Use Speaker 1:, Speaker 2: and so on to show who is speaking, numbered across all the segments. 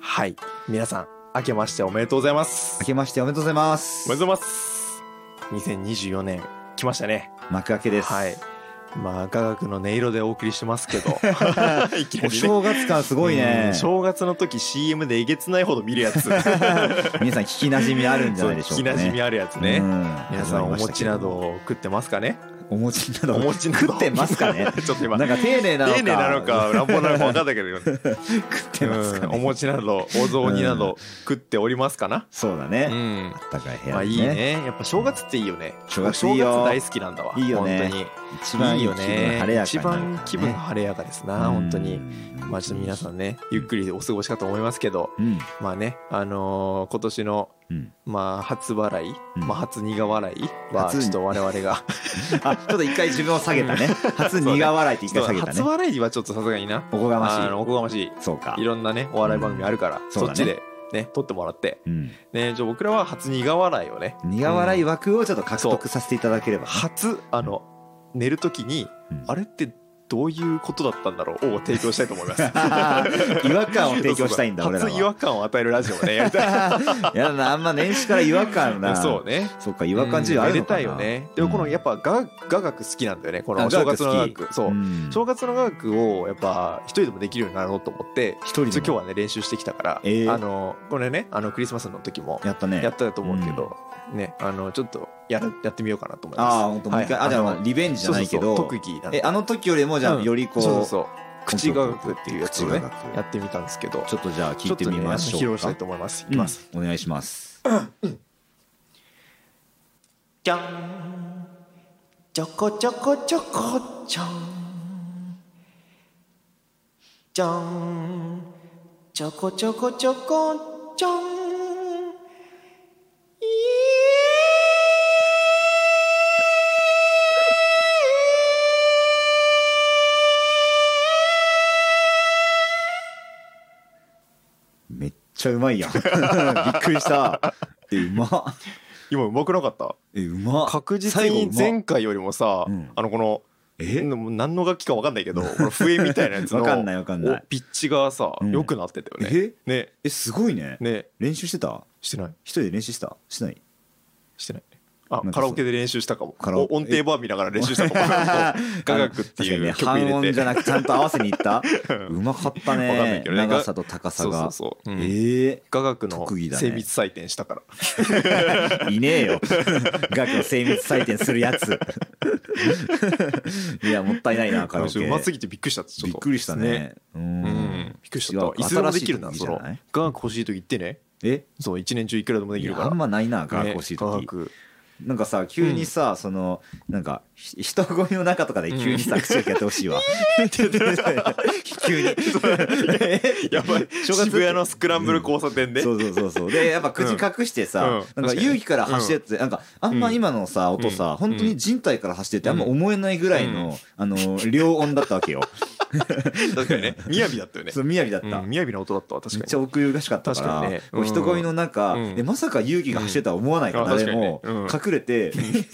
Speaker 1: はい。皆さん、明けましておめでとうございます。
Speaker 2: 明けましておめでとうございます。
Speaker 1: おめでとうございます。2024年、来ましたね。
Speaker 2: 幕開けです。
Speaker 1: はい。まあ、雅楽の音色でお送りしてます けど。いきな
Speaker 2: お
Speaker 1: りね。
Speaker 2: 正月感すごいね
Speaker 1: うん。正月の時 CM でえげつないほど見るやつ。
Speaker 2: 皆さん聞き馴染みあるんじゃないでしょうかね。
Speaker 1: そう聞き馴染みあるやつね。
Speaker 2: うん
Speaker 1: 皆さんお餅な。
Speaker 2: 始まりましたけど
Speaker 1: ど食ってますかね
Speaker 2: お餅など。
Speaker 1: お餅など。
Speaker 2: 食ってますかね
Speaker 1: ちょっと今
Speaker 2: なんか丁寧なのか。
Speaker 1: 丁寧なの。か乱暴なのか分かん ないけど、
Speaker 2: 食ってますか
Speaker 1: うん
Speaker 2: ね。
Speaker 1: お餅などお雑煮な
Speaker 2: う
Speaker 1: ど食っておりますかな
Speaker 2: そうだ
Speaker 1: う
Speaker 2: ね。
Speaker 1: ん
Speaker 2: あったかい部
Speaker 1: まあ
Speaker 2: 屋で
Speaker 1: い
Speaker 2: す
Speaker 1: い
Speaker 2: ね。
Speaker 1: ねやっぱ正月っていいよね
Speaker 2: 正月いいよ
Speaker 1: 正大好きなんだわ
Speaker 2: いいよね
Speaker 1: 本
Speaker 2: 一
Speaker 1: 当に
Speaker 2: 番
Speaker 1: い
Speaker 2: い
Speaker 1: い
Speaker 2: い
Speaker 1: よ
Speaker 2: よね。
Speaker 1: ね
Speaker 2: 晴れやか
Speaker 1: 一
Speaker 2: になるからね
Speaker 1: 番気分晴れやかですな本当に。まあちょっと皆さんねゆっくりお過ごしかと思いますけど
Speaker 2: うん。
Speaker 1: まあねあのー今年の
Speaker 2: うん。
Speaker 1: まあ初払い、
Speaker 2: うん
Speaker 1: まあ初苦笑いはち
Speaker 2: 初
Speaker 1: ょっと我々が
Speaker 2: あ、ちょっと一回自分を下げ たね。初苦笑いって一回 下げた
Speaker 1: 初
Speaker 2: ね。
Speaker 1: 笑いはちょっとさすがにな
Speaker 2: おこがまし
Speaker 1: あのおこがましい
Speaker 2: い。そうか
Speaker 1: い。ろんなねお笑い番組あるから、そ
Speaker 2: そうだ
Speaker 1: っ
Speaker 2: ね
Speaker 1: ちでね撮ってもらって
Speaker 2: うん。
Speaker 1: ねじゃあ僕らは初苦笑いをね
Speaker 2: 苦笑い枠をちょっと獲得させていただければね。
Speaker 1: 初あの寝る時に、
Speaker 2: うん
Speaker 1: あれってどういうことだったんだろ うを提供したいと思います
Speaker 2: 違和感を提供したいんだ
Speaker 1: そう
Speaker 2: 俺
Speaker 1: そう
Speaker 2: ら
Speaker 1: そう初違和
Speaker 2: は
Speaker 1: 感を与えるラジオをねやりたい
Speaker 2: やだなあんま年始から違和感 な
Speaker 1: そうね
Speaker 2: そっか違和感中あ
Speaker 1: う
Speaker 2: るのかな
Speaker 1: んめでたいよねでもこのやっぱ雅雅楽好きなんだよねこの
Speaker 2: あ
Speaker 1: 正
Speaker 2: 雅
Speaker 1: 月
Speaker 2: 楽好
Speaker 1: の
Speaker 2: き
Speaker 1: 雅楽そう、
Speaker 2: ん
Speaker 1: 正月の雅楽をやっぱ一人でもできるようになろうと思って
Speaker 2: 一人でも
Speaker 1: ちょっと今日はね練習してきたから、
Speaker 2: えー
Speaker 1: あのこれねあのクリスマスの時も
Speaker 2: やったね
Speaker 1: やったと思うけど、ねあのちょっとやるやってみようかなと思います
Speaker 2: ああ本当もう一回
Speaker 1: はい
Speaker 2: あじゃあ
Speaker 1: の
Speaker 2: まあリベンジじゃないけ
Speaker 1: そう
Speaker 2: ど
Speaker 1: そうそう特技なんで
Speaker 2: えあの時よりもじゃ
Speaker 1: う
Speaker 2: あ
Speaker 1: ん
Speaker 2: よりこう
Speaker 1: そうそうそう口がくっていうやつをね
Speaker 2: 口が書く
Speaker 1: やってみたんですけど
Speaker 2: ちょっとじゃあ聞いてみまし
Speaker 1: ちょっとねあの披露
Speaker 2: ょう
Speaker 1: した
Speaker 2: か
Speaker 1: いと思いますい
Speaker 2: うん
Speaker 1: きます
Speaker 2: お願いします
Speaker 1: キャンちょこちょこちょこちょんちょんちょこちょこちょこちょんい
Speaker 2: めっちゃう まいやんびっくりしたえうま
Speaker 1: 今うまくなかった
Speaker 2: えうま
Speaker 1: 確実
Speaker 2: 最後
Speaker 1: に
Speaker 2: うま
Speaker 1: 前回よりもさ、
Speaker 2: うん
Speaker 1: あのこの
Speaker 2: え
Speaker 1: もう何の楽器か分かんないけど この笛みたいなやつの
Speaker 2: わかんないわかんない
Speaker 1: おピッチがさ
Speaker 2: うん
Speaker 1: 良くなってたよね、
Speaker 2: え
Speaker 1: ね
Speaker 2: えすごいね
Speaker 1: ね
Speaker 2: 練習してた
Speaker 1: してない
Speaker 2: 一人で練習したしてない
Speaker 1: してないあ
Speaker 2: なんかそう
Speaker 1: カラオケで練習したかも
Speaker 2: カラオケ
Speaker 1: お音程バー見な がら練習した かも雅楽っていう
Speaker 2: 確
Speaker 1: 曲
Speaker 2: かに
Speaker 1: 入
Speaker 2: ね半
Speaker 1: れ
Speaker 2: 音じ
Speaker 1: て
Speaker 2: ゃなくちゃんと合わせにいった
Speaker 1: うん
Speaker 2: うまかった
Speaker 1: わかんない
Speaker 2: ね
Speaker 1: けどね
Speaker 2: 長さと高さ
Speaker 1: そうそう
Speaker 2: が
Speaker 1: そう、うん
Speaker 2: え
Speaker 1: 雅楽の
Speaker 2: 特技だね
Speaker 1: 精密採点したから、
Speaker 2: えいねえ よ楽の精密採点するやついやもったいないなカラオケ
Speaker 1: うますぎてびっくりしたちょ
Speaker 2: び
Speaker 1: っ
Speaker 2: っ
Speaker 1: と
Speaker 2: くりしたねう
Speaker 1: うん
Speaker 2: ん
Speaker 1: びっくりしちゃったわ
Speaker 2: い
Speaker 1: い
Speaker 2: や
Speaker 1: つでもできるな
Speaker 2: 新しい
Speaker 1: そ
Speaker 2: 時じ
Speaker 1: の
Speaker 2: ゃない
Speaker 1: 雅楽欲しい時言ってね
Speaker 2: え
Speaker 1: そう一年中いくらでもで
Speaker 2: い
Speaker 1: きる
Speaker 2: や
Speaker 1: から
Speaker 2: あんまないな
Speaker 1: ね
Speaker 2: 楽欲しい
Speaker 1: 雅
Speaker 2: 時
Speaker 1: 楽
Speaker 2: なんかさ急にさそのなんかひ人混みの中とかで急にさ口開けやってほしい わ 急に
Speaker 1: やばい
Speaker 2: 正月
Speaker 1: 渋谷のスクランブル交差点で、
Speaker 2: そうそうそうそうでやっぱ口隠してさ、
Speaker 1: うん
Speaker 2: なん
Speaker 1: うん
Speaker 2: か勇気から走ってって、なんかあんま今のさ音さ、
Speaker 1: うん
Speaker 2: 本当に人体から走ってってあんま思えないぐらいの、あの両音だったわ けよ
Speaker 1: 確かにね雅だったよね
Speaker 2: そう雅だった、
Speaker 1: うん、雅な音だったわ確
Speaker 2: めっ
Speaker 1: か
Speaker 2: ち
Speaker 1: に
Speaker 2: ゃ奥ゆかしかったから
Speaker 1: 確かにね
Speaker 2: こう人混みの中、
Speaker 1: うん
Speaker 2: でまさか勇気が走ってたとは思わないから、
Speaker 1: うんあ
Speaker 2: 誰も、
Speaker 1: 確かにね
Speaker 2: 隠 れて 「イエー!」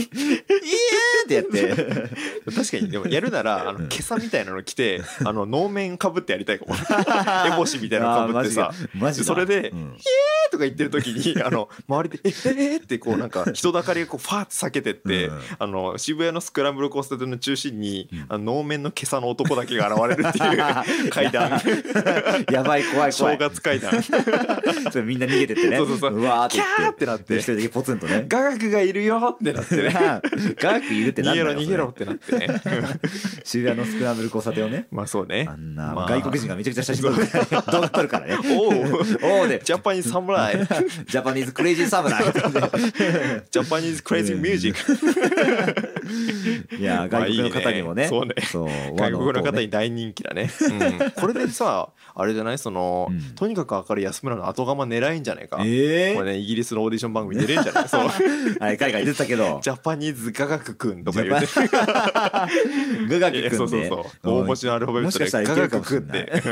Speaker 2: ってやって
Speaker 1: 確かにでもやるならあの
Speaker 2: うん
Speaker 1: 今朝みたいなの着てあの能面かぶってやりたいかも 烏帽子みたいなのかぶってさ
Speaker 2: あーマジだマジだ
Speaker 1: それで
Speaker 2: うん
Speaker 1: とか言ってる時 にあの周りで「ええーってこうなんか人だかりがこうファーッて避けてって、
Speaker 2: うん
Speaker 1: あの渋谷のスクランブル交差点の中心に、
Speaker 2: うん
Speaker 1: あの能面の今朝の男だけが現れるっていう 階段
Speaker 2: やばい怖い怖
Speaker 1: 正
Speaker 2: い
Speaker 1: 月階 段
Speaker 2: それみんな逃げてってね
Speaker 1: そうそうそう
Speaker 2: わーって
Speaker 1: キ
Speaker 2: 言
Speaker 1: ャー
Speaker 2: って
Speaker 1: ってなっ
Speaker 2: で
Speaker 1: て
Speaker 2: 一人だけポツンとね
Speaker 1: 「雅楽がいるよ!」ってなってね
Speaker 2: ガークいるって
Speaker 1: 逃
Speaker 2: なんだ
Speaker 1: げ
Speaker 2: よ
Speaker 1: ろ逃げろってなってね
Speaker 2: それ渋谷のスクランブル交差点をね
Speaker 1: まあそうね
Speaker 2: あんな
Speaker 1: まあ
Speaker 2: 外国人がめちゃくちゃ写真撮る からね動画撮るからね
Speaker 1: おお
Speaker 2: おおで
Speaker 1: ジャパニーズ侍
Speaker 2: ジャパニーズクレイジーサ ムライ
Speaker 1: ジャパニーズクレイジーミュージック
Speaker 2: いや外国の方にも
Speaker 1: まあいいね
Speaker 2: ね
Speaker 1: そうね
Speaker 2: そう
Speaker 1: 外国の
Speaker 2: 和
Speaker 1: 方
Speaker 2: ね
Speaker 1: に大人気だね、うんこれでさあれじゃないその、
Speaker 2: うん
Speaker 1: とにかく明るい安村の後釜狙いんじゃないか、
Speaker 2: え
Speaker 1: これねイギリスのオーディション番組出れるんじゃ ないそう
Speaker 2: えはい海外出てた けど
Speaker 1: ジャパニーズ雅楽くんとか
Speaker 2: ジ
Speaker 1: 言うて
Speaker 2: ャ パグガ
Speaker 1: い
Speaker 2: キ
Speaker 1: やそ
Speaker 2: く
Speaker 1: うんそう
Speaker 2: で
Speaker 1: そう大星のアルファベ
Speaker 2: も
Speaker 1: ッ
Speaker 2: し
Speaker 1: ト
Speaker 2: か
Speaker 1: で
Speaker 2: したらい
Speaker 1: 雅
Speaker 2: けるかも
Speaker 1: 楽
Speaker 2: しれ
Speaker 1: くんっ
Speaker 2: ない
Speaker 1: て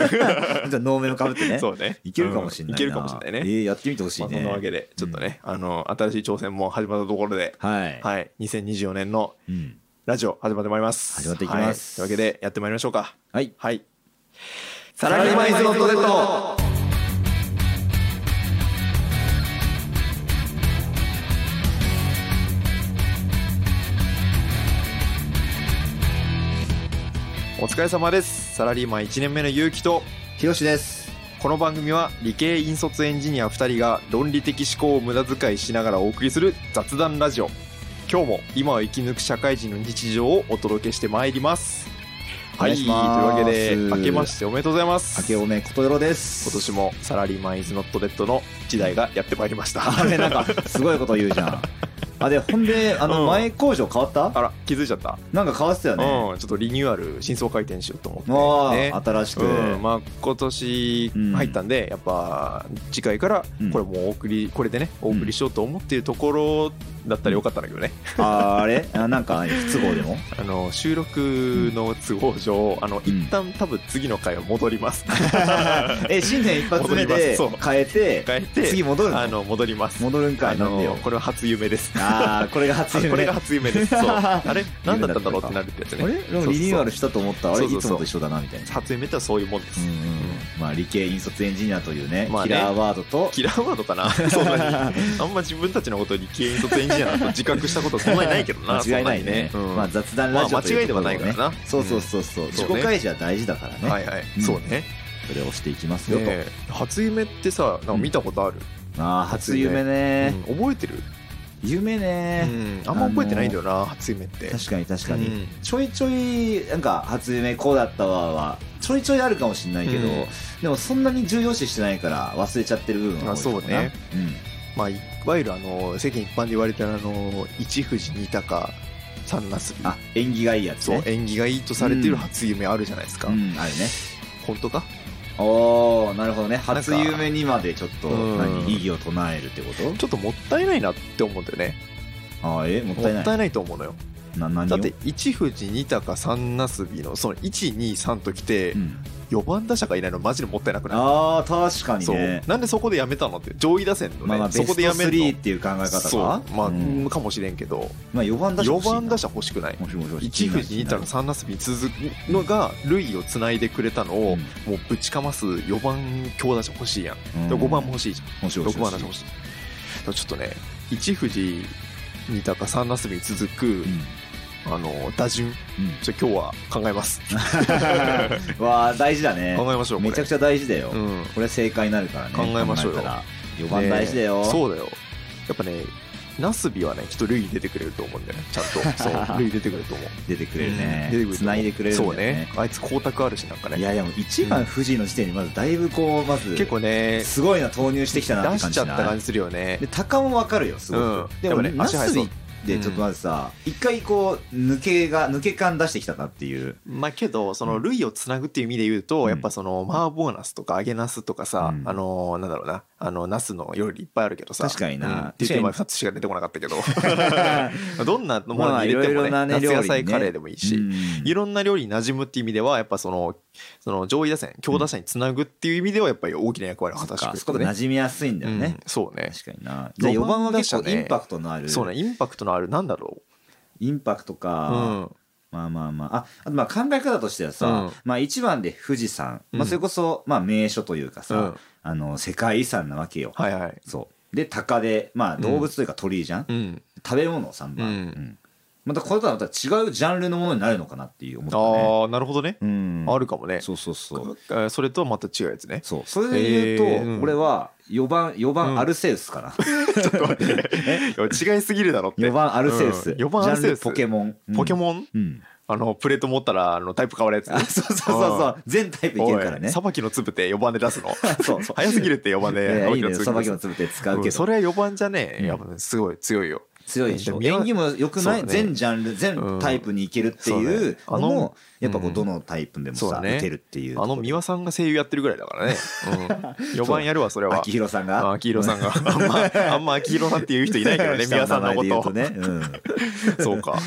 Speaker 2: じゃあ能面をかぶってね
Speaker 1: そうね
Speaker 2: いけるかもしれない
Speaker 1: うんけ
Speaker 2: ない
Speaker 1: るかもしれない
Speaker 2: え
Speaker 1: ね、
Speaker 2: えやってみてほしい
Speaker 1: まあ、そ
Speaker 2: ね
Speaker 1: んなわけでちょっとね、あの新しい挑戦も始まったところで、
Speaker 2: はい
Speaker 1: はい、2024年の
Speaker 2: うん
Speaker 1: ラジオ始まってまいります
Speaker 2: 始まっていきます
Speaker 1: はいというわけでやってまいりましょうか
Speaker 2: はい
Speaker 1: はい。サ
Speaker 2: ラリーマンイズノットデッド
Speaker 1: お疲れ様ですサラリーマン1年目のゆうきと
Speaker 2: ひろしです
Speaker 1: この番組は理系引率エンジニア2人が論理的思考を無駄遣いしながらお送りする雑談ラジオ今日も今を生き抜く社会人の日常をお届けしてまいりますはい
Speaker 2: お願いします
Speaker 1: というわけで明けましておめでとうございます
Speaker 2: 明けおめことよろです
Speaker 1: 今年もサラリーマンイズノットデッドの時代がやってまいりました
Speaker 2: あれなんかすごいこと言うじゃ んあでほんであ
Speaker 1: う
Speaker 2: の
Speaker 1: ん
Speaker 2: 前工場変わった、
Speaker 1: あら気づいちゃった、
Speaker 2: なんか変わってたよね、
Speaker 1: うんちょっとリニューアル真相回転しようと思って
Speaker 2: ああ、
Speaker 1: ね
Speaker 2: 新しく、
Speaker 1: うんまあ、今年入ったんで、やっぱ次回から
Speaker 2: うん
Speaker 1: これもうお送りこれでねお送りしようと思っているところだったらよかったんだけどね、
Speaker 2: あーあれあなんか不都合でも
Speaker 1: あの収録の都合上あの
Speaker 2: うん
Speaker 1: 一旦多分次の回は戻り ます、
Speaker 2: え新年一発
Speaker 1: 戻
Speaker 2: 目
Speaker 1: ります
Speaker 2: で
Speaker 1: そう
Speaker 2: 変えて
Speaker 1: 変えて
Speaker 2: 次戻るの
Speaker 1: あの戻ります
Speaker 2: 戻るんか
Speaker 1: あ
Speaker 2: いなんでよ
Speaker 1: のこれは初夢です
Speaker 2: ああこれが初夢
Speaker 1: これが初夢ですそうあ れ何だったんだろうってなるってやつ
Speaker 2: あれ
Speaker 1: ね
Speaker 2: なんかリニューアルしたと思ったあれ
Speaker 1: そうそうそう
Speaker 2: いつもと一緒だなみたいな
Speaker 1: 初夢ってのはそういうもんです、
Speaker 2: うんうんまあ理系引率エンジニアというね,、
Speaker 1: まあね
Speaker 2: キラーワードと
Speaker 1: キラーワードか なそんなにあんま自分たちのことを理系に卒エンジニアだと自覚したことそんなにないけどな
Speaker 2: 間違いないね、
Speaker 1: そんなにねうん
Speaker 2: まあ、雑談ラジオというところをね、
Speaker 1: まあ間違いではないからな
Speaker 2: そうそうそうそう、
Speaker 1: ん
Speaker 2: 自己開示は大事だからね、
Speaker 1: はいはい、
Speaker 2: うん
Speaker 1: そうね
Speaker 2: それを押していきますよと、
Speaker 1: ね初夢ってさなんか見たことある、
Speaker 2: ああ初夢ね、
Speaker 1: うん覚えてる、
Speaker 2: 夢
Speaker 1: う
Speaker 2: ね、
Speaker 1: ん、あんま覚えてないんだよな、初夢って
Speaker 2: 確かに確かに、
Speaker 1: うん
Speaker 2: ちょいちょいなんか初夢こうだったわはちょいちょいあるかもしれないけど、
Speaker 1: うん
Speaker 2: でもそんなに重要視してないから忘れちゃってる部分は多いかもな
Speaker 1: あそうね、
Speaker 2: うん
Speaker 1: まあいわゆるあの世間一般で言われてるあの一富士二鷹三なすび
Speaker 2: あ縁起がいいやつ
Speaker 1: そう
Speaker 2: ね
Speaker 1: 縁起がいいとされてる初夢あるじゃないですか、
Speaker 2: うん、あるね
Speaker 1: 本当か
Speaker 2: おーなるほどね
Speaker 1: なんか
Speaker 2: 初夢にまでちょっと
Speaker 1: うん
Speaker 2: 何意義を唱えるってこと
Speaker 1: ちょっともったいないなって思うんだよね
Speaker 2: あーえもっ
Speaker 1: も
Speaker 2: たい
Speaker 1: っ
Speaker 2: ない
Speaker 1: たいないと思うのよ
Speaker 2: な何を
Speaker 1: だって一富士二鷹三なすびのその123ときて
Speaker 2: うん
Speaker 1: 4番打者がいないのマジでもったいなくない
Speaker 2: あー確かに
Speaker 1: そう
Speaker 2: ね
Speaker 1: なんでそこでやめたのって上位打線のね、
Speaker 2: まあまあ
Speaker 1: そ
Speaker 2: ベ
Speaker 1: こ
Speaker 2: スト
Speaker 1: でやめる
Speaker 2: 3
Speaker 1: の
Speaker 2: っていう考え方
Speaker 1: そう
Speaker 2: か
Speaker 1: まあ、
Speaker 2: うん
Speaker 1: かもしれんけど
Speaker 2: まあ4番打者
Speaker 1: 4
Speaker 2: 欲しいな
Speaker 1: 番打者欲しくない
Speaker 2: もしもしもし
Speaker 1: 1富士2鷹3なすびに続くのが塁をつないでくれたのを、
Speaker 2: うん
Speaker 1: もうぶちかます4番強打者欲しいやん、
Speaker 2: うん
Speaker 1: で5番も欲しいじゃ
Speaker 2: 欲しい
Speaker 1: ん
Speaker 2: 欲し
Speaker 1: 6
Speaker 2: い
Speaker 1: 番打者欲しいだからちょっとね1富士2鷹3なすびに続く、あの打順
Speaker 2: うんうん
Speaker 1: ちょ今日は考えます
Speaker 2: わあ大事だね
Speaker 1: 考えましょうこれ
Speaker 2: めちゃくちゃ大事だよ、
Speaker 1: うん
Speaker 2: これ正解になるからね
Speaker 1: 考えましょうよ
Speaker 2: 4番大事だよ、
Speaker 1: ねそうだよやっぱねナスビはねきっと塁に出てくれると思うんだよねちゃんと そう塁出てくれると思う
Speaker 2: 出てくれるね
Speaker 1: 出てくると思う
Speaker 2: 繋いでくれるん
Speaker 1: そ
Speaker 2: だよ
Speaker 1: う
Speaker 2: ね
Speaker 1: ねあいつ光沢あるしなんか
Speaker 2: い
Speaker 1: ね
Speaker 2: やいやもう1番富士の時点でまずだいぶこうまず
Speaker 1: 結構ね
Speaker 2: すごいな投入してきたなっ
Speaker 1: 出
Speaker 2: て感
Speaker 1: し
Speaker 2: じ
Speaker 1: ちゃ
Speaker 2: し
Speaker 1: った
Speaker 2: ない
Speaker 1: 感じするよね
Speaker 2: で高もわかるよすごく、
Speaker 1: うん
Speaker 2: で
Speaker 1: でも
Speaker 2: も
Speaker 1: ね
Speaker 2: ナ
Speaker 1: 足速
Speaker 2: ス
Speaker 1: そう
Speaker 2: ビでちょっとまずさ一、回こう抜けが抜け感出してきたなっ ていう
Speaker 1: まあけどその類をつなぐっていう意味で言うと、
Speaker 2: うん
Speaker 1: やっぱそのマーボーナスとか揚げナスとかさ、
Speaker 2: うん
Speaker 1: あのーなんだろうなあのナスの料理いっぱいあるけどさ
Speaker 2: 確かにな
Speaker 1: うんって言って今2つしか出てこなかっ たけどどんなもの
Speaker 2: まあ
Speaker 1: に入れてもね,、
Speaker 2: いろいろなね
Speaker 1: 夏野菜
Speaker 2: 料理ね
Speaker 1: カレーでもいいし、
Speaker 2: うん
Speaker 1: いろんな料理に馴染むっていう意味ではやっぱそのその上位打線強打者につなぐっていう意味ではやっぱり大きな役割を果たして
Speaker 2: か
Speaker 1: く
Speaker 2: そこ
Speaker 1: れ
Speaker 2: で
Speaker 1: る
Speaker 2: 馴染みやすいんだよ
Speaker 1: う
Speaker 2: ね
Speaker 1: ん、そうね
Speaker 2: 確かになじゃあ4番は結構インパクトのある
Speaker 1: そうねインパクトのあるなんだろ
Speaker 2: インパクト
Speaker 1: う、
Speaker 2: か、
Speaker 1: う
Speaker 2: まあまあまあああとまあ考え方としてはさ、
Speaker 1: うん
Speaker 2: まあ、1番で富士山、
Speaker 1: う
Speaker 2: まあ、
Speaker 1: ん
Speaker 2: それこそまあ名所というかさ、
Speaker 1: うん
Speaker 2: あの世界遺産なわけよ、
Speaker 1: ん、はいはい
Speaker 2: そうで鷹で、まあ、動物というか鳥じゃん、
Speaker 1: うん
Speaker 2: 食べ物3番、
Speaker 1: うん
Speaker 2: またこれとはまた違うジャンルのものになるのかなっていう思ったね
Speaker 1: ああなるほどね、
Speaker 2: うん
Speaker 1: あるかもね
Speaker 2: そうそうそう
Speaker 1: えーそれとはまた違うやつね
Speaker 2: そうそれで言うと、
Speaker 1: えーうん
Speaker 2: 俺は4番4
Speaker 1: う
Speaker 2: 番
Speaker 1: ん
Speaker 2: アルセウスかな、
Speaker 1: いや違いすぎるだろって
Speaker 2: 4番アルセウス、
Speaker 1: うん4番アルセウス
Speaker 2: ジャンルポケモン、
Speaker 1: ポケ
Speaker 2: ン、
Speaker 1: モン
Speaker 2: うん、
Speaker 1: あのプレート持ったらあのタイプ変わるやつ
Speaker 2: あそうそうそうそう全タイプいけるからね
Speaker 1: さばきの粒って4番で出すの
Speaker 2: そうそう
Speaker 1: 早すぎるって4番
Speaker 2: い
Speaker 1: で
Speaker 2: やいいねさば
Speaker 1: 捌
Speaker 2: きの
Speaker 1: 出す
Speaker 2: つぶて使う
Speaker 1: う
Speaker 2: け
Speaker 1: んそ
Speaker 2: ど、
Speaker 1: れは4番じゃねえ
Speaker 2: うん
Speaker 1: やっぱすごい強いよ
Speaker 2: 強いでしょ
Speaker 1: でも
Speaker 2: 演技もよくない、
Speaker 1: そうね
Speaker 2: 全ジャンル全タイプにいけるって
Speaker 1: うんそう
Speaker 2: い
Speaker 1: ね
Speaker 2: う
Speaker 1: あ
Speaker 2: の
Speaker 1: の
Speaker 2: もやっぱこ
Speaker 1: う
Speaker 2: うんどのタイプでも
Speaker 1: そう
Speaker 2: さ
Speaker 1: だね
Speaker 2: 打てるっていう
Speaker 1: あの三輪さんが声優やってるぐらいだから ね、うん、4番やるわそれは
Speaker 2: 秋広さん
Speaker 1: あ
Speaker 2: が
Speaker 1: 秋広さ んがあんまあんま秋広さんっていう人いないけどね
Speaker 2: 下
Speaker 1: 三輪さんのこ
Speaker 2: 名前で言う
Speaker 1: と
Speaker 2: ね、 うん
Speaker 1: そうか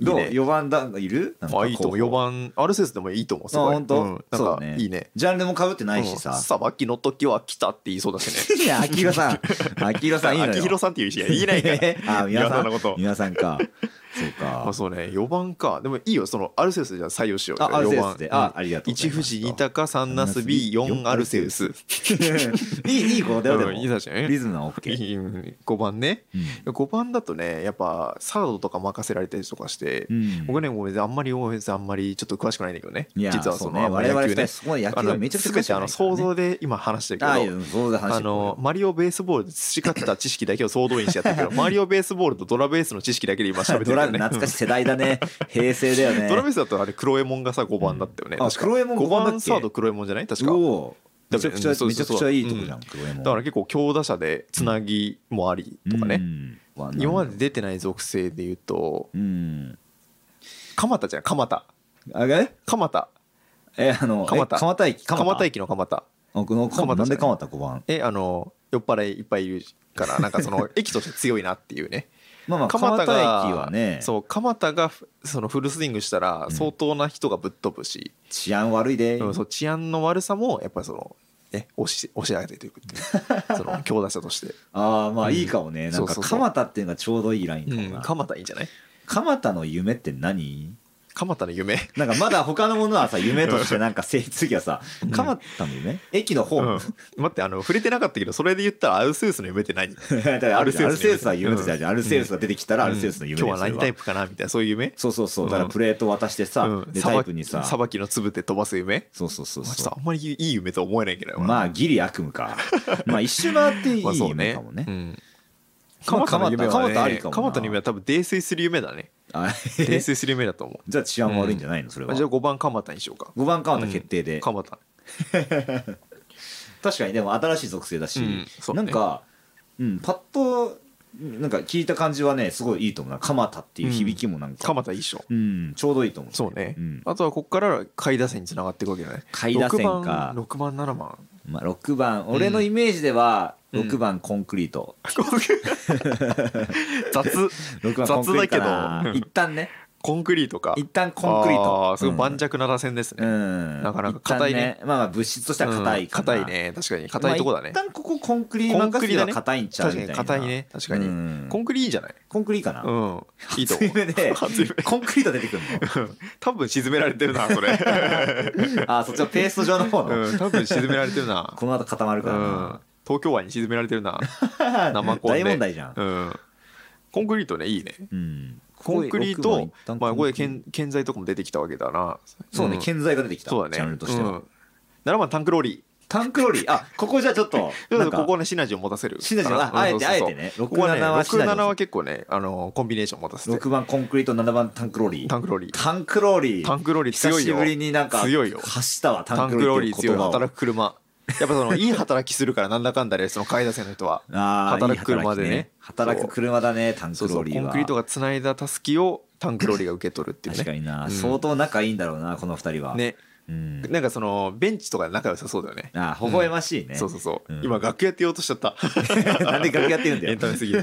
Speaker 2: ど
Speaker 1: い
Speaker 2: う
Speaker 1: いね
Speaker 2: 4番だいるなんか
Speaker 1: あいいと思う
Speaker 2: 候
Speaker 1: 4
Speaker 2: 補
Speaker 1: 番アルセウスでもいいと思うす
Speaker 2: あ
Speaker 1: ごい
Speaker 2: 本当、
Speaker 1: うん、なん
Speaker 2: そう
Speaker 1: か
Speaker 2: だね
Speaker 1: いいね
Speaker 2: ジャンルも被ってないし
Speaker 1: うん
Speaker 2: さ、
Speaker 1: さばきの時は来たって言いそうだしね
Speaker 2: いや秋 広さん秋広さんいいのよ
Speaker 1: 秋広さんっていうし、言えないから
Speaker 2: 。あ皆
Speaker 1: 岩
Speaker 2: さ
Speaker 1: 田
Speaker 2: ん
Speaker 1: のこと。
Speaker 2: 皆さんかそう
Speaker 1: ま
Speaker 2: か
Speaker 1: あ。そうね4番かでもいいよそのアルセウスじゃあ採用しよう
Speaker 2: あ、アルセウスで。あ、
Speaker 1: あ
Speaker 2: ありがとうござい
Speaker 1: 1
Speaker 2: ます。
Speaker 1: 藤2鷹3ナス B4 アルセウ ス
Speaker 2: いい、いい子だよ、でも。
Speaker 1: うんいい子じゃん
Speaker 2: リズムは OK。
Speaker 1: 5番ね5番だとねやっぱサードとか任せられたりとかして、
Speaker 2: うん
Speaker 1: 僕ねごめんなさいあんまりごめんなさいあんまりちょっと詳しくないんだけどね
Speaker 2: いや、
Speaker 1: 実は
Speaker 2: そ
Speaker 1: そうの
Speaker 2: ね、
Speaker 1: あんま
Speaker 2: 我
Speaker 1: り
Speaker 2: 々
Speaker 1: 野球
Speaker 2: 二人、
Speaker 1: ね
Speaker 2: そこまで野
Speaker 1: あ
Speaker 2: 球
Speaker 1: の
Speaker 2: はめちゃくちゃ詳
Speaker 1: 全
Speaker 2: しく
Speaker 1: てあ
Speaker 2: ないからね
Speaker 1: の想像で今話してるけど
Speaker 2: あいやそうだ話
Speaker 1: あのマリオベースボールで培った知識だけを総動員してやってる けどマリオベースボールとドラベースの知識だけで今喋って
Speaker 2: ド
Speaker 1: る
Speaker 2: ラ
Speaker 1: よね
Speaker 2: ム懐かしい世代だね。平成だよ ね。
Speaker 1: ドラベースだとあれクロエモンがさ5番だったよね、
Speaker 2: あ
Speaker 1: 確か
Speaker 2: クロエモン5
Speaker 1: 5
Speaker 2: 番だっけ
Speaker 1: 番サードクロエモンじゃない確か
Speaker 2: うおー
Speaker 1: だ
Speaker 2: めち
Speaker 1: か
Speaker 2: ゃ
Speaker 1: ら
Speaker 2: くちゃ、
Speaker 1: うんそう
Speaker 2: め
Speaker 1: そ
Speaker 2: ちゃ
Speaker 1: う
Speaker 2: く
Speaker 1: そう
Speaker 2: ちゃいいとこじゃん、クロエモン。
Speaker 1: だから結構強打者でつなぎもありとかね、
Speaker 2: うん。
Speaker 1: 今まで出てない属性で言うと
Speaker 2: うん。
Speaker 1: 鎌田じゃん鎌田
Speaker 2: あれ
Speaker 1: 鎌田
Speaker 2: え、あの、
Speaker 1: 蒲田
Speaker 2: え蒲田駅、
Speaker 1: 鎌田
Speaker 2: 駅。
Speaker 1: 駅の鎌田
Speaker 2: あこの
Speaker 1: 蒲田じゃな
Speaker 2: 蒲
Speaker 1: い
Speaker 2: なんで蒲田5番
Speaker 1: えあの酔っ払いいっぱいいるからなんかそ の駅として強いなっていうね
Speaker 2: まあまあ、蒲
Speaker 1: 鎌
Speaker 2: 田
Speaker 1: 田
Speaker 2: 駅
Speaker 1: が
Speaker 2: はね、
Speaker 1: そう鎌田がふそのフルスイングしたら
Speaker 2: うん
Speaker 1: 相当な人がぶっ飛ぶし、
Speaker 2: 治安悪いで
Speaker 1: で。もそう治安の悪さもやっぱりそのね押し押し上げていくって いうその強打者として、
Speaker 2: ああ、まあいいかもね。
Speaker 1: ん
Speaker 2: なんか
Speaker 1: そうそうそう
Speaker 2: 蒲田っていうのがちょうどいいラインか
Speaker 1: う
Speaker 2: も
Speaker 1: ん、
Speaker 2: な。
Speaker 1: 鎌田いいんじゃない
Speaker 2: 蒲田の夢って何
Speaker 1: 鎌田の夢
Speaker 2: なんかまだ他のものはさ、夢としてなんか成立はさ、蒲田の夢駅の ホーム。
Speaker 1: うん、待ってあの触れてなかったけどそれで言ったらアルセウスの夢って何
Speaker 2: だからアルセ
Speaker 1: ア
Speaker 2: ウスアル
Speaker 1: ルセ
Speaker 2: セウ
Speaker 1: ウ
Speaker 2: ス
Speaker 1: ス
Speaker 2: は
Speaker 1: の夢
Speaker 2: 夢じゃんアルセウスが出てきたらアルセウスの夢
Speaker 1: 今日は
Speaker 2: ですよ
Speaker 1: 何タイプかなみたいなそういう夢
Speaker 2: そうそうそうだからプレート渡してさ
Speaker 1: うん
Speaker 2: でタイプにさ
Speaker 1: さばきの粒で飛ばす夢
Speaker 2: そうそうそう
Speaker 1: まあちょっ
Speaker 2: そ
Speaker 1: とあんまりいい夢とは思えないけど
Speaker 2: うまあギリ悪夢か まあ一周回っていい
Speaker 1: まあそう
Speaker 2: 夢かもね
Speaker 1: うん
Speaker 2: まあ
Speaker 1: 鎌田の夢は
Speaker 2: 鎌
Speaker 1: ね
Speaker 2: 田ありかもな
Speaker 1: 鎌田の夢は多分泥酔する夢だね
Speaker 2: あ
Speaker 1: 泥酔する夢だと思う
Speaker 2: じゃあ治安悪いんじゃないのそれ
Speaker 1: ま
Speaker 2: は
Speaker 1: あじゃあ5番鎌田にしようか
Speaker 2: 5番蒲田決定で
Speaker 1: 鎌田
Speaker 2: 確かにでも新しい属性だし
Speaker 1: うんそう
Speaker 2: な
Speaker 1: ね
Speaker 2: んかうんパッとなんか聞いた感じはねすごいいいと思うな蒲田っていう響きもなんか
Speaker 1: 鎌田いいっしょ
Speaker 2: うんちょうどいいと思う
Speaker 1: そうね
Speaker 2: うん
Speaker 1: あとはここから下位打線につながっていくわけだね
Speaker 2: 下位打線か
Speaker 1: 6番6番7番
Speaker 2: まあ、6番俺のイメージでは
Speaker 1: うん
Speaker 2: 6番コンクリート、
Speaker 1: 雑
Speaker 2: 六番コンクリ
Speaker 1: 雑だ
Speaker 2: ートな
Speaker 1: けどうん
Speaker 2: 一旦ね
Speaker 1: コンクリートか
Speaker 2: 一旦コンクリー
Speaker 1: あ
Speaker 2: ト
Speaker 1: すごい盤石な打線です
Speaker 2: う
Speaker 1: ね
Speaker 2: ん、うん
Speaker 1: なかなか硬いね
Speaker 2: 一旦まあまあ物質としては硬いかな
Speaker 1: 硬いね確かに硬いとこだね
Speaker 2: まあ一旦ここコンクリート任せでは硬いんちゃう
Speaker 1: 確
Speaker 2: み
Speaker 1: か
Speaker 2: たい
Speaker 1: に硬
Speaker 2: な
Speaker 1: いね確か
Speaker 2: う
Speaker 1: に
Speaker 2: ん
Speaker 1: コンクリいいんじゃない
Speaker 2: コンクリートかな、
Speaker 1: うんいいと
Speaker 2: 初
Speaker 1: 思う
Speaker 2: 夢 で
Speaker 1: 初夢
Speaker 2: コンクリート出てくる
Speaker 1: 多分沈められてるなそれ
Speaker 2: のあそっちのペースト状の方の、
Speaker 1: うん多分沈められてるな
Speaker 2: この後固まる
Speaker 1: う
Speaker 2: から
Speaker 1: ん
Speaker 2: な、
Speaker 1: 東京湾に沈められてるな生コンで
Speaker 2: 大問題じゃん、
Speaker 1: うんコンクリートねいいね
Speaker 2: うん
Speaker 1: コンクリー
Speaker 2: こ
Speaker 1: ト
Speaker 2: こで六番一旦
Speaker 1: まあここで
Speaker 2: コンクリート
Speaker 1: 建建材とかも出てきたわけだな
Speaker 2: そうね、
Speaker 1: ん
Speaker 2: 建材が出てきた
Speaker 1: そうだね
Speaker 2: チャンネルとしては、
Speaker 1: うん7番タンクローリ
Speaker 2: タンクローリーあここじゃあちょっと
Speaker 1: ーちょ
Speaker 2: な
Speaker 1: っと
Speaker 2: んか
Speaker 1: ここねシナジーを持たせる
Speaker 2: シナジー
Speaker 1: か
Speaker 2: は
Speaker 1: な
Speaker 2: あ
Speaker 1: う
Speaker 2: え
Speaker 1: ん
Speaker 2: て
Speaker 1: そう
Speaker 2: あ
Speaker 1: そ
Speaker 2: え
Speaker 1: う
Speaker 2: てね
Speaker 1: ここはね
Speaker 2: 67はシナジー
Speaker 1: 67は結構ねあのコンビネーション持たせて
Speaker 2: 6番コンクリート7番タンクローリー
Speaker 1: タンクローリー
Speaker 2: タンクローリー
Speaker 1: タンクローリー強いよ
Speaker 2: 久しぶりになんか
Speaker 1: 強いよ
Speaker 2: 発したわタ
Speaker 1: タ
Speaker 2: ン
Speaker 1: ン
Speaker 2: ク
Speaker 1: ク
Speaker 2: ロ
Speaker 1: ロ
Speaker 2: ー
Speaker 1: ー
Speaker 2: リ
Speaker 1: リ
Speaker 2: ー
Speaker 1: ー
Speaker 2: ってい
Speaker 1: 強
Speaker 2: う
Speaker 1: い
Speaker 2: 言葉を
Speaker 1: 働く車やっぱそ のいい働きするからなんだかんだでその買い出せの人は
Speaker 2: あー
Speaker 1: 働く車でね
Speaker 2: いい働き働く車だねタン
Speaker 1: そ
Speaker 2: ク
Speaker 1: う
Speaker 2: ロ
Speaker 1: そう
Speaker 2: ーリ
Speaker 1: コ
Speaker 2: ー
Speaker 1: ン
Speaker 2: は
Speaker 1: クリートがつないだたすきをタンクローリーが受け取るっていう
Speaker 2: 確か
Speaker 1: ね
Speaker 2: にな、
Speaker 1: うん
Speaker 2: 相当仲いいんだろうなこの二人は
Speaker 1: ね
Speaker 2: うん
Speaker 1: なんかそのベンチとかで仲良さそうだよね
Speaker 2: あー微笑ましいね、
Speaker 1: そうそうそう、
Speaker 2: うん
Speaker 1: 今楽屋って言おうとしちゃった
Speaker 2: なんで楽屋って言うん だ
Speaker 1: エン
Speaker 2: よ
Speaker 1: タメす ぎる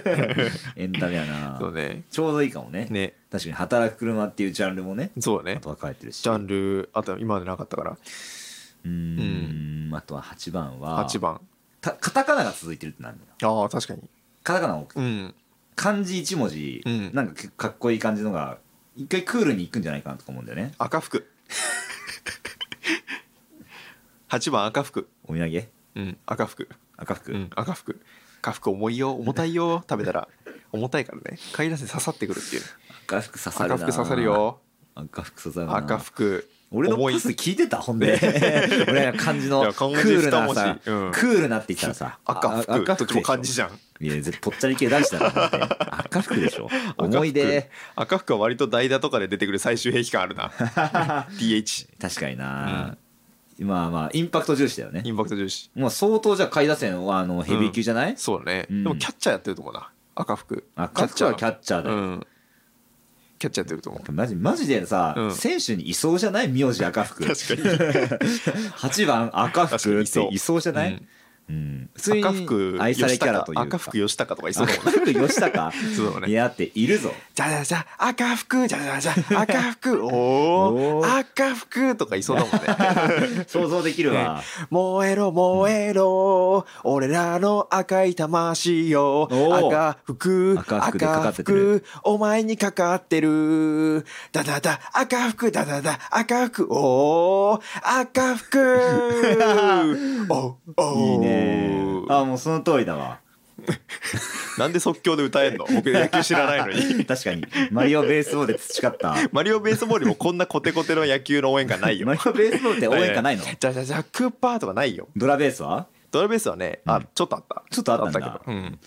Speaker 2: エンタメやな
Speaker 1: そうね
Speaker 2: ちょうどいいかもね
Speaker 1: ね
Speaker 2: 確かに働く車っていうジャンルもね
Speaker 1: そう
Speaker 2: あ
Speaker 1: ね
Speaker 2: とは書いてるし
Speaker 1: ジャンルあと今までなかったから
Speaker 2: うーんあとは8番は
Speaker 1: 8番
Speaker 2: たカタカナが続いてるってなんだよ
Speaker 1: ああ確かに
Speaker 2: カタカナ多く
Speaker 1: うん
Speaker 2: 漢字一文字、
Speaker 1: うん
Speaker 2: なんか結構かっこいい感じのが一回クールにいくんじゃないかなとか思うんだよね
Speaker 1: 赤服 8番赤服
Speaker 2: お土産
Speaker 1: うん赤服
Speaker 2: 赤服、
Speaker 1: うん赤服赤服重いよ重たいよ食べたら重たいからね買い出せ刺さってくるっていう
Speaker 2: 赤服刺さるな
Speaker 1: 赤服刺さるよ
Speaker 2: 赤服刺さるな
Speaker 1: 赤服
Speaker 2: 俺の
Speaker 1: 重い
Speaker 2: パス聞いてたほんで俺が漢字
Speaker 1: い
Speaker 2: のク
Speaker 1: や漢字
Speaker 2: ールなさ
Speaker 1: 二文、字うん
Speaker 2: クールなって言ったらさ
Speaker 1: 赤
Speaker 2: あ
Speaker 1: 服どっちも漢字じゃん
Speaker 2: いや絶対ぽっちゃり系出したらだって赤服でしょ思い出
Speaker 1: 赤服は割と代打とかで出てくる最終兵器感ある な DH
Speaker 2: 確かにな、まあまあインパクト重視だよね
Speaker 1: インパクト重視
Speaker 2: もう相当じゃあ下位打線はあのヘビー級じゃない、
Speaker 1: そうだね、
Speaker 2: うん
Speaker 1: でもキャッチャーやってると思うな赤服
Speaker 2: あカッチャーはキャ
Speaker 1: ッ
Speaker 2: ッチャーだよ、
Speaker 1: うんキャッチャーやってると思う
Speaker 2: マジマジでさ、
Speaker 1: うん
Speaker 2: 選手にいそうじゃない名字赤 服
Speaker 1: 確かに
Speaker 2: 8番赤
Speaker 1: 確か
Speaker 2: 服
Speaker 1: に
Speaker 2: っ
Speaker 1: いそ
Speaker 2: て
Speaker 1: う
Speaker 2: いそうじゃな
Speaker 1: う
Speaker 2: い、
Speaker 1: ん
Speaker 2: うん、普通に
Speaker 1: 赤福
Speaker 2: 愛されキャラというか
Speaker 1: 赤福吉高とかいそう
Speaker 2: 赤
Speaker 1: だもんね
Speaker 2: 福吉高
Speaker 1: そうだもん
Speaker 2: い
Speaker 1: ね
Speaker 2: やってい るぞ
Speaker 1: じゃじゃじゃ赤福じゃじゃじゃ赤福お
Speaker 2: お
Speaker 1: お
Speaker 2: ー
Speaker 1: 赤福とかいそうだもんね
Speaker 2: 想像できるわ
Speaker 1: 燃えろ燃えろ、俺らの赤い魂よ
Speaker 2: おー
Speaker 1: 赤服
Speaker 2: 赤服でかかっ
Speaker 1: 赤
Speaker 2: てる
Speaker 1: 服お前にかかってるだだだ赤服だだだ赤服おー赤 服おおー
Speaker 2: いいねあもうその通りだわ
Speaker 1: なんで即興で歌えんの僕野球知らないの に
Speaker 2: 確かにマリオベースボールで培ったマ
Speaker 1: マリオベースボールもこんなコテコテの野球の応援がない
Speaker 2: リ
Speaker 1: よ
Speaker 2: オベースボールって応援歌ないの
Speaker 1: じゃじゃじゃクーパーとかないよ
Speaker 2: ドラベースは
Speaker 1: ドラベースはね、
Speaker 2: う
Speaker 1: あ
Speaker 2: ん
Speaker 1: ちょっとあった
Speaker 2: ちょっとあったんだ
Speaker 1: けど、 うん、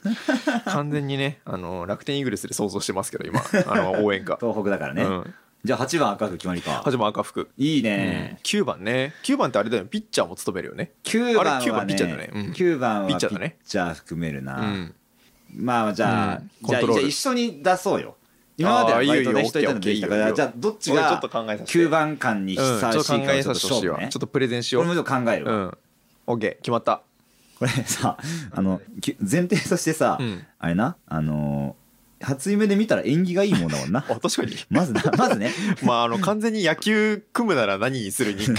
Speaker 1: 完全にねあの楽天イーグルスで想像してますけど 今あの応援歌
Speaker 2: 東北だからね、
Speaker 1: うん
Speaker 2: じゃあ8番赤福決まりか
Speaker 1: はじめ赤福、
Speaker 2: いいうね
Speaker 1: ん、、9番ね9番ってあれだよねピッチャーも務めるよね
Speaker 2: 9番
Speaker 1: あれ九
Speaker 2: は
Speaker 1: 番ピ
Speaker 2: ね
Speaker 1: ッチャーだねうん
Speaker 2: 9番は
Speaker 1: ピ
Speaker 2: ピ
Speaker 1: ッチャーだ
Speaker 2: ッ
Speaker 1: ね
Speaker 2: チャー含めるな、
Speaker 1: うん
Speaker 2: まあじゃあ、
Speaker 1: うん
Speaker 2: じゃ
Speaker 1: コン
Speaker 2: あ
Speaker 1: トロール
Speaker 2: じゃあ一緒に出そうよ今まではバイト出しといたのでいいか
Speaker 1: あーいいよいいよ
Speaker 2: らじゃあどっち
Speaker 1: 俺ちょ
Speaker 2: が
Speaker 1: っと考えさせて
Speaker 2: 9番間に
Speaker 1: うんち
Speaker 2: ふ
Speaker 1: ょ
Speaker 2: さ
Speaker 1: っ
Speaker 2: わ
Speaker 1: と
Speaker 2: しい
Speaker 1: 考
Speaker 2: か
Speaker 1: え
Speaker 2: をち
Speaker 1: さ
Speaker 2: ょっと
Speaker 1: せてほしい
Speaker 2: 勝
Speaker 1: わ
Speaker 2: 負ね
Speaker 1: ちょっとプレゼンしよ
Speaker 2: 俺
Speaker 1: う
Speaker 2: もちょっと考える
Speaker 1: う
Speaker 2: わ、
Speaker 1: ん OK 決まった
Speaker 2: これさあのき前提としてさ、
Speaker 1: うん
Speaker 2: あれなあのー初夢で見たら縁起がいいもんだもん な
Speaker 1: あ確かに
Speaker 2: まずなまずね
Speaker 1: まああの完全に野球組むなら何にするにし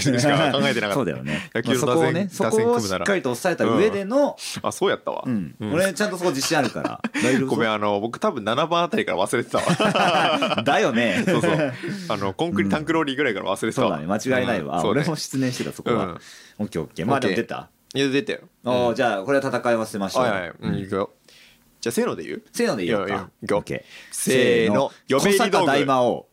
Speaker 1: か 考えてなかった
Speaker 2: そうだよね
Speaker 1: 野球の
Speaker 2: まあそこを
Speaker 1: 打線
Speaker 2: ねそ
Speaker 1: 打線組むなら
Speaker 2: こをしっかりと抑えた上での、
Speaker 1: あそうやったわ、
Speaker 2: うん
Speaker 1: うん
Speaker 2: 俺ちゃんとそこ自信あるから大丈夫
Speaker 1: ごめんあの僕多分7番あたりから忘れてたわ
Speaker 2: だよね
Speaker 1: そうそうあのコンクリタンクローリーぐらいから忘れてた
Speaker 2: そう
Speaker 1: わ、
Speaker 2: だね間違いない
Speaker 1: う
Speaker 2: わ、
Speaker 1: ん
Speaker 2: あ
Speaker 1: そうね
Speaker 2: 俺も失念してたそこ
Speaker 1: うん
Speaker 2: は、オッケーオッケーまあでも
Speaker 1: OK
Speaker 2: 出た、
Speaker 1: いや出てよ
Speaker 2: おーじゃあこれは戦いは捨てましょう、
Speaker 1: はいはい、うん、いくよじゃあせーので言う
Speaker 2: せーのでいいよ
Speaker 1: いやいや
Speaker 2: か
Speaker 1: いくよ
Speaker 2: オッケー
Speaker 1: せーの
Speaker 2: せ
Speaker 1: 嫁入り道具
Speaker 2: 小坂大魔王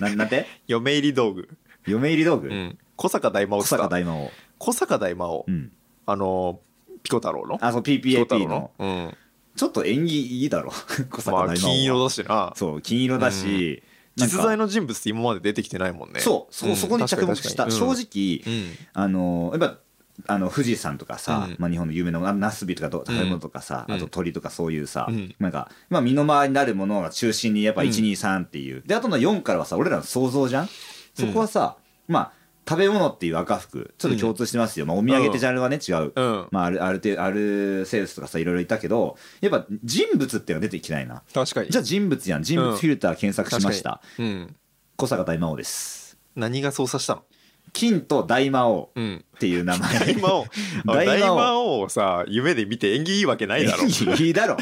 Speaker 2: ななんて
Speaker 1: 嫁入り道具、
Speaker 2: 嫁入り道具、
Speaker 1: うん、小坂大魔王
Speaker 2: 小
Speaker 1: っすか
Speaker 2: 坂大魔王、
Speaker 1: 小坂大魔王、
Speaker 2: うん、
Speaker 1: あのピコ太郎の
Speaker 2: あそう PPAP の
Speaker 1: うん
Speaker 2: ちょっと縁起い いだろ小坂大魔王は、
Speaker 1: まあ金色だしな
Speaker 2: そう金色だし、なんか
Speaker 1: 実在の人物って今まで出てきてないもんね
Speaker 2: そうそ,、
Speaker 1: ん
Speaker 2: そこに着目
Speaker 1: 確
Speaker 2: した、
Speaker 1: かに確かに
Speaker 2: 正直、
Speaker 1: うん
Speaker 2: あのやっぱあの富士山とかさ、
Speaker 1: うん
Speaker 2: まあ、日本の有名なあのナスビとかと食べ物とかさ、
Speaker 1: うん
Speaker 2: あと鳥とかそういうさ、
Speaker 1: うん
Speaker 2: なんか、まあ、身の回りになるものが中心にやっぱ
Speaker 1: うん
Speaker 2: 123っていう、であとの4からはさ俺らの想像じゃんそこはさ、まあ食べ物っていう赤服ちょっと共通してますよ、まあ、お土産ってジャンルはね違う、
Speaker 1: うん
Speaker 2: まあ、アルアルテアルセウスとかさいろいろいたけどやっぱ人物っていうのが出てきてないな
Speaker 1: 確かに
Speaker 2: じゃあ人物やん人物フィルター検索しました、
Speaker 1: 確かにうん
Speaker 2: 小坂大魔王です
Speaker 1: 何が操作したの
Speaker 2: 金と大魔王
Speaker 1: うん
Speaker 2: っていう名前
Speaker 1: 大魔王
Speaker 2: 大魔王
Speaker 1: 大魔王をさ夢で見て縁起いいわけないだろ
Speaker 2: いいだろ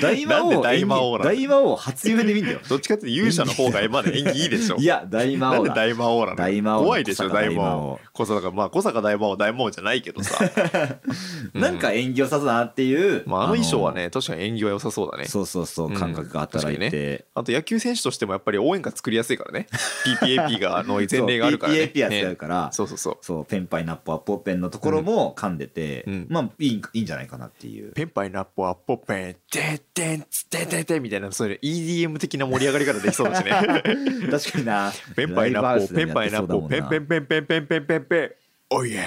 Speaker 2: 大魔王
Speaker 1: なんで大魔王なの
Speaker 2: 大魔王初夢で見んだよ
Speaker 1: どっちかっていうと勇者の方がまだ縁起いいでしょ
Speaker 2: いや大魔
Speaker 1: なん
Speaker 2: 王
Speaker 1: で
Speaker 2: だ
Speaker 1: 大魔王なの
Speaker 2: 大魔王
Speaker 1: 怖いでしょ
Speaker 2: 小坂
Speaker 1: 大
Speaker 2: 大魔
Speaker 1: 魔
Speaker 2: 王
Speaker 1: 王小坂まあ小坂大魔王大魔王じゃないけどさ、
Speaker 2: なんか縁起良さそうだなっていう、
Speaker 1: まあ、あの衣装はね確かに縁起は良さそうだ
Speaker 2: あ
Speaker 1: ね
Speaker 2: のそうそうそう感覚が働い
Speaker 1: うん確かに
Speaker 2: て、
Speaker 1: あと野球選手としてもやっぱり応援歌作りやすいからね PPAP がの前例があるからね
Speaker 2: PPAP やつや
Speaker 1: ね
Speaker 2: から、
Speaker 1: そうそうそう
Speaker 2: そうペンパイナッポアッポペンのところも噛んでて、
Speaker 1: うん
Speaker 2: まあいいいいんじゃないかなっていう
Speaker 1: ペンパイナッポアッポペンテンテンツテンテンテンみたいなそういう EDM 的な盛り上がり方できそうだしね
Speaker 2: 確かにな
Speaker 1: ペンパイナ
Speaker 2: ラ
Speaker 1: ッポ
Speaker 2: イブハウス
Speaker 1: ペ
Speaker 2: で
Speaker 1: ン
Speaker 2: も
Speaker 1: パ
Speaker 2: や
Speaker 1: イ
Speaker 2: って
Speaker 1: ナッ
Speaker 2: そうだ
Speaker 1: ポ
Speaker 2: もん
Speaker 1: ペンペンペンペンペンペンペンペンおいえ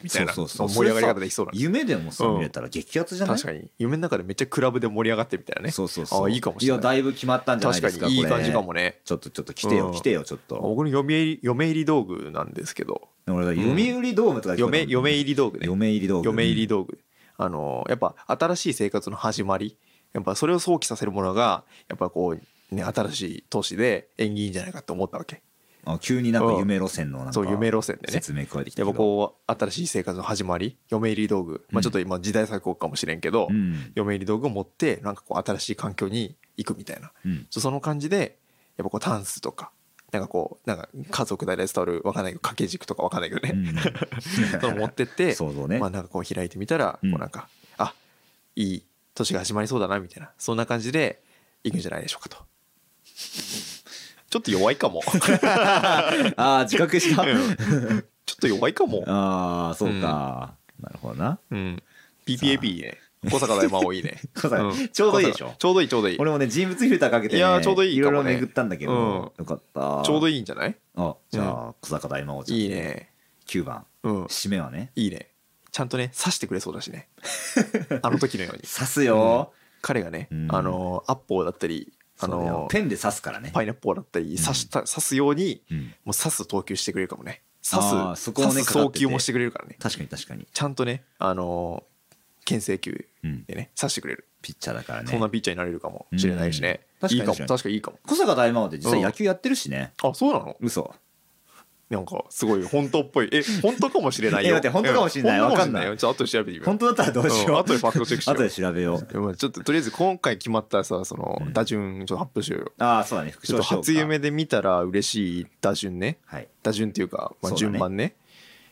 Speaker 1: ーみたいな
Speaker 2: そうそうそう
Speaker 1: 盛り上がり方できそうだね
Speaker 2: 夢でもさ
Speaker 1: うん
Speaker 2: 見れたら激アツじゃない
Speaker 1: 確かに夢の中でめっちゃクラブで盛り上がってみたいなね
Speaker 2: そうそうそう
Speaker 1: あいいかもしれない
Speaker 2: やだいぶ決まったんじゃないです
Speaker 1: 確
Speaker 2: か
Speaker 1: かにいい
Speaker 2: これ
Speaker 1: 感じかもね
Speaker 2: ちょっとちょっと来てよ、
Speaker 1: うん
Speaker 2: 来てよちょっと
Speaker 1: 僕の嫁入り嫁入り道具なんですけど
Speaker 2: 俺が読売ドームとか
Speaker 1: 嫁嫁入り道具ね
Speaker 2: 嫁入りドーム
Speaker 1: 嫁入り道具あのやっぱ新しい生活の始まりやっぱそれを想起させるものがやっぱこうね新しい都市で縁起いいんじゃないかって思ったわけ
Speaker 2: あ急になんか夢路線のなんか
Speaker 1: そう夢路線でね
Speaker 2: 説明加えてきて
Speaker 1: やっぱこう新しい生活の始まり嫁入り道具まあちょっと今時代錯誤かもしれんけど
Speaker 2: うん
Speaker 1: 嫁入り道具を持ってなんかこう新しい環境に行くみたいな
Speaker 2: うん
Speaker 1: その感じでやっぱこうタンスとかなんかこうなんか家族代で伝わるわかんないけど掛け軸とかわかんないけど
Speaker 2: う
Speaker 1: ね、
Speaker 2: ん
Speaker 1: その持って って、
Speaker 2: 想像ね
Speaker 1: まあなんかこう開いてみたら
Speaker 2: うん
Speaker 1: こうなんか、あいい年が始まりそうだなみたいなそんな感じでいくんじゃないでしょうかと。ちょっと弱い かも
Speaker 2: ああ自覚した
Speaker 1: うんちょっと弱いかも、
Speaker 2: ああそうか、なるほどな
Speaker 1: うん、PPAP ね小坂大魔王いい ね
Speaker 2: 小坂
Speaker 1: ん
Speaker 2: ちょうどいいでしょ
Speaker 1: 小坂ちょうどいいちょうどいい
Speaker 2: 俺もね人物フィルターかけて、ね、
Speaker 1: いやーちょうどいい
Speaker 2: ろ
Speaker 1: か
Speaker 2: い
Speaker 1: もね
Speaker 2: ろ巡ったんだけど、
Speaker 1: うん
Speaker 2: よかった
Speaker 1: ちょうど
Speaker 2: いい
Speaker 1: いいんじゃない
Speaker 2: あじゃあ小坂大魔王ちゃん
Speaker 1: いいね
Speaker 2: 9番
Speaker 1: うん
Speaker 2: 締めはね
Speaker 1: いいねちゃんとね刺してくれそうだし ねあの時のように
Speaker 2: 刺すよ、
Speaker 1: 彼がね、
Speaker 2: うん
Speaker 1: あのアッポーだったりあ
Speaker 2: そうだよ
Speaker 1: の
Speaker 2: ペンで刺すからね
Speaker 1: パイナッポーだったり
Speaker 2: ん
Speaker 1: 刺した、刺すように
Speaker 2: うん
Speaker 1: もう刺す投球してくれるかもね刺す
Speaker 2: あーそこをね
Speaker 1: 刺す
Speaker 2: かか
Speaker 1: 送
Speaker 2: ってて
Speaker 1: 球もしてくれるからね
Speaker 2: 確かに確かに
Speaker 1: ちゃんとねあの牽制球
Speaker 2: うん、
Speaker 1: でね刺してくれる、
Speaker 2: ピッチャーだからね
Speaker 1: そんなピッチャーになれるかもしれないしね、
Speaker 2: うん
Speaker 1: いいかも
Speaker 2: 確かに
Speaker 1: 確かにいいかも
Speaker 2: 小坂大魔王って実際野球やってるしね、
Speaker 1: あそうなの
Speaker 2: 嘘
Speaker 1: なんかすごい本当っぽいえ本当かもしれないよ
Speaker 2: え待って本当かもし れない
Speaker 1: うん
Speaker 2: わかんない
Speaker 1: 本当かもしれよちょっと後で調べてみよう
Speaker 2: 本当だったらどうし
Speaker 1: うん
Speaker 2: よう
Speaker 1: 後でファクトチェックしよう
Speaker 2: 後で調べよう
Speaker 1: でもちょっととりあえず今回決まったさその
Speaker 2: うん
Speaker 1: 打順ちょっと発表しようよ、
Speaker 2: ああそうだね副
Speaker 1: ちょっ
Speaker 2: 賞
Speaker 1: と
Speaker 2: し
Speaker 1: 初
Speaker 2: ようか
Speaker 1: 夢で見たら嬉しい打順ね
Speaker 2: はい
Speaker 1: 打順っていうか、まあ、
Speaker 2: そうだね
Speaker 1: 順番ね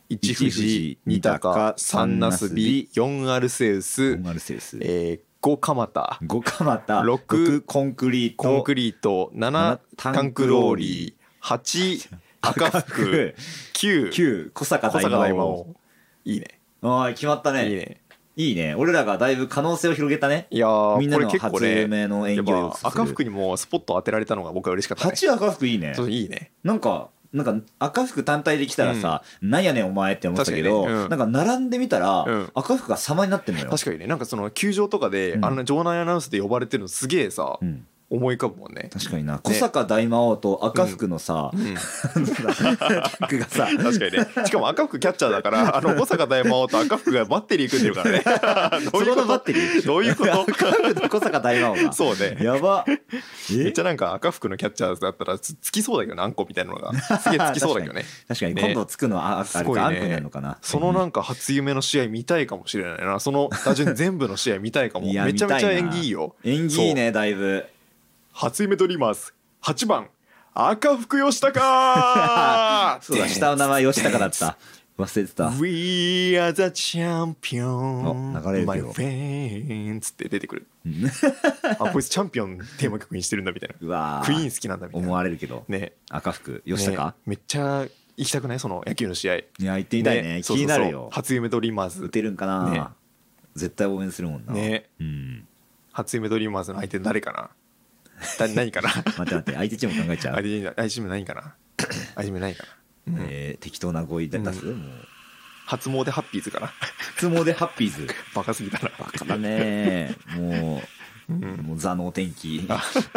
Speaker 1: 一
Speaker 2: 一
Speaker 1: 富
Speaker 2: 富
Speaker 1: 士
Speaker 2: 士
Speaker 1: 二鷹
Speaker 2: 二鷹
Speaker 1: 三ナスビ四アルセウス
Speaker 2: オンアルセウス
Speaker 1: えー五蒲田
Speaker 2: 五鎌田
Speaker 1: 六
Speaker 2: 六コンクリート
Speaker 1: コンクリート七タ
Speaker 2: タ
Speaker 1: ン
Speaker 2: ン
Speaker 1: ク
Speaker 2: ク
Speaker 1: ロ
Speaker 2: ロ
Speaker 1: ー
Speaker 2: ー
Speaker 1: リ
Speaker 2: リ
Speaker 1: ー八赤福九
Speaker 2: 九小坂
Speaker 1: 小
Speaker 2: 大
Speaker 1: 坂
Speaker 2: 魔
Speaker 1: 大魔
Speaker 2: 王
Speaker 1: 王いいね
Speaker 2: ああ決まったね
Speaker 1: いいね
Speaker 2: いいね俺らがだいぶ可能性を広げたね
Speaker 1: いやー
Speaker 2: みんな
Speaker 1: こ
Speaker 2: の
Speaker 1: れ結構
Speaker 2: 初
Speaker 1: ね
Speaker 2: 夢の演技
Speaker 1: や
Speaker 2: を
Speaker 1: っぱ赤福
Speaker 2: に
Speaker 1: にもスポット当てられたのが僕は嬉しかったね
Speaker 2: 八赤服いいね
Speaker 1: そういいね
Speaker 2: なんかなんか赤服単体で来たらさ、なんやねんお前って思ってたけど、
Speaker 1: 確かにねうん
Speaker 2: なんか並んでみたら、
Speaker 1: うん
Speaker 2: 赤服が様になってんのよ
Speaker 1: 確かにねなんかその球場とかで、
Speaker 2: うん
Speaker 1: あんな場内アナウンスで呼ばれてるのすげえさ、
Speaker 2: うん、
Speaker 1: 思い浮かぶもんね、
Speaker 2: 確かにな小坂大魔王と赤服のさ、
Speaker 1: うん、
Speaker 2: 服がさ
Speaker 1: 確かにねしかも赤福キャッチャーだ からあの小坂大魔王と赤福がバッテリー組んでるから ねどう
Speaker 2: そ
Speaker 1: いう
Speaker 2: こ
Speaker 1: こ
Speaker 2: のバッ
Speaker 1: と
Speaker 2: テリー
Speaker 1: どういうこと
Speaker 2: 赤服と小坂大魔王が
Speaker 1: そうね
Speaker 2: やば
Speaker 1: めっ
Speaker 2: え
Speaker 1: ちゃなんか赤福のキャッチャーだったらつつきそうだけどねあんこみたいなのがすげえつきそうだけどね
Speaker 2: 確かに
Speaker 1: ね
Speaker 2: 今度つくのはああ
Speaker 1: す
Speaker 2: れ
Speaker 1: ごい
Speaker 2: かあん
Speaker 1: ね
Speaker 2: こになるのかな
Speaker 1: そのなんか初夢の試合見たいかもしれないなその打順全部の試合見たいかも
Speaker 2: いや
Speaker 1: めちゃめちゃ
Speaker 2: 見たい
Speaker 1: 演
Speaker 2: な
Speaker 1: 技いいよ
Speaker 2: 演技いいねだいぶ
Speaker 1: 初夢ドリーマーズ8番赤福吉高
Speaker 2: そうだ下の名前吉高だった忘れてた
Speaker 1: We are the champion
Speaker 2: あ流れるけ
Speaker 1: my
Speaker 2: ど
Speaker 1: friends って出てく る
Speaker 2: うん
Speaker 1: あこいつチャンピオンテーマ曲にしてるんだみたいうな
Speaker 2: わー
Speaker 1: クイーン好きなんだみたいな
Speaker 2: 思われるけど
Speaker 1: ね
Speaker 2: 赤服吉
Speaker 1: ね
Speaker 2: 高
Speaker 1: めっちゃ行きたくないその野球の試合
Speaker 2: いや行ってみたいね気
Speaker 1: そうそうそう
Speaker 2: になるよ
Speaker 1: 初夢ドリーマー
Speaker 2: 打
Speaker 1: ズ
Speaker 2: てるんか
Speaker 1: ね
Speaker 2: な絶対応援するもんな
Speaker 1: ね
Speaker 2: うん
Speaker 1: 初夢ドリーマーズの相手誰か なだ何かな
Speaker 2: 待って待って相手チーム考えちゃ
Speaker 1: 相
Speaker 2: う
Speaker 1: 手相手何かな相手何かな、うん
Speaker 2: えー適当な語彙で出すもう
Speaker 1: 初詣ハッピーズかな
Speaker 2: 質問でハッ ピーズ
Speaker 1: バカすぎたなバ
Speaker 2: バカだねも
Speaker 1: う
Speaker 2: うんもう座のお 天気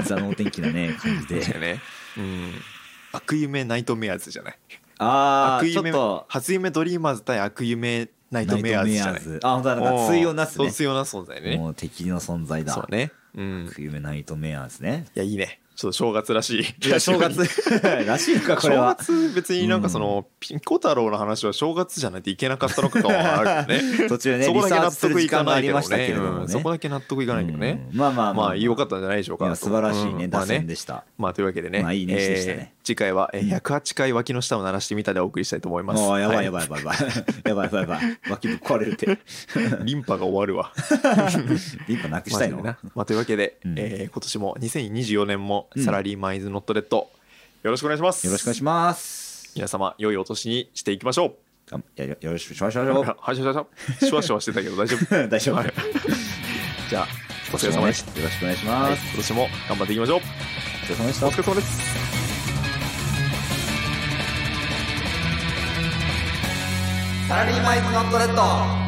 Speaker 2: 座のお天気なね感じ
Speaker 1: 確かに
Speaker 2: で
Speaker 1: ね、うん、悪夢ナイトメアーズじゃない
Speaker 2: あ
Speaker 1: 悪
Speaker 2: あちょ
Speaker 1: 夢
Speaker 2: っと
Speaker 1: 初夢ドリーマーズ対悪夢ナイトメアーズじゃない
Speaker 2: ナイトメアーズあ本当だなんか対応なす
Speaker 1: そう
Speaker 2: ね
Speaker 1: 対応なす存在ね
Speaker 2: もう敵の存在だ
Speaker 1: そうねうん
Speaker 2: 悪夢ナイトメアーズね
Speaker 1: いやいいねちょっと正月らしい
Speaker 2: いや正月 らしいのかこれは
Speaker 1: 正月別になんかその、ピンコ太郎の話は正月じゃないといけなかったのかはあるけどね
Speaker 2: 途中 ね
Speaker 1: そこだ
Speaker 2: リ
Speaker 1: け
Speaker 2: サー
Speaker 1: 納
Speaker 2: チす
Speaker 1: 得
Speaker 2: る
Speaker 1: い
Speaker 2: 時
Speaker 1: か
Speaker 2: 間も
Speaker 1: な
Speaker 2: あ
Speaker 1: いけ
Speaker 2: り
Speaker 1: ど
Speaker 2: ましたけれども
Speaker 1: ね
Speaker 2: ね
Speaker 1: うんそこだけ納得いかないけどね、
Speaker 2: うんまあまあ
Speaker 1: まあ良か
Speaker 2: っ
Speaker 1: ったんじゃないでしょう
Speaker 2: い
Speaker 1: か
Speaker 2: や素晴らしい
Speaker 1: うん
Speaker 2: ね
Speaker 1: まあ
Speaker 2: 打線でした
Speaker 1: まあというわけでね,、
Speaker 2: まあいい年でしたね
Speaker 1: えー次回はえー108回脇の下を鳴らしてみたでお送りしたいと思います
Speaker 2: もうやばいや
Speaker 1: は
Speaker 2: ばいやばいやばいやばいやばい やばい脇ぶっ壊れるって
Speaker 1: い、リンパが終わるわ
Speaker 2: リンパなく したいの
Speaker 1: まあまあというわけで、
Speaker 2: うん
Speaker 1: えー今年も2024年も
Speaker 2: うん
Speaker 1: サラリーマンイズノットレッド、よろしくお願いします
Speaker 2: よろしくお願いします
Speaker 1: 皆様良いお年にしていきましょう
Speaker 2: がんいやよよろしくお願いしましょ う
Speaker 1: はい、シュワシュワシュワシュワしてたけど大 丈夫。
Speaker 2: 大丈夫
Speaker 1: はいじゃあ、お疲れ様でした。
Speaker 2: たよろしくお願いし
Speaker 1: はい
Speaker 2: ま
Speaker 1: 今
Speaker 2: す
Speaker 1: 年も頑張っていきましょう。
Speaker 2: お疲れ様でし
Speaker 1: お
Speaker 2: た
Speaker 1: 疲れ様です。
Speaker 3: サラリーマイズノットレッド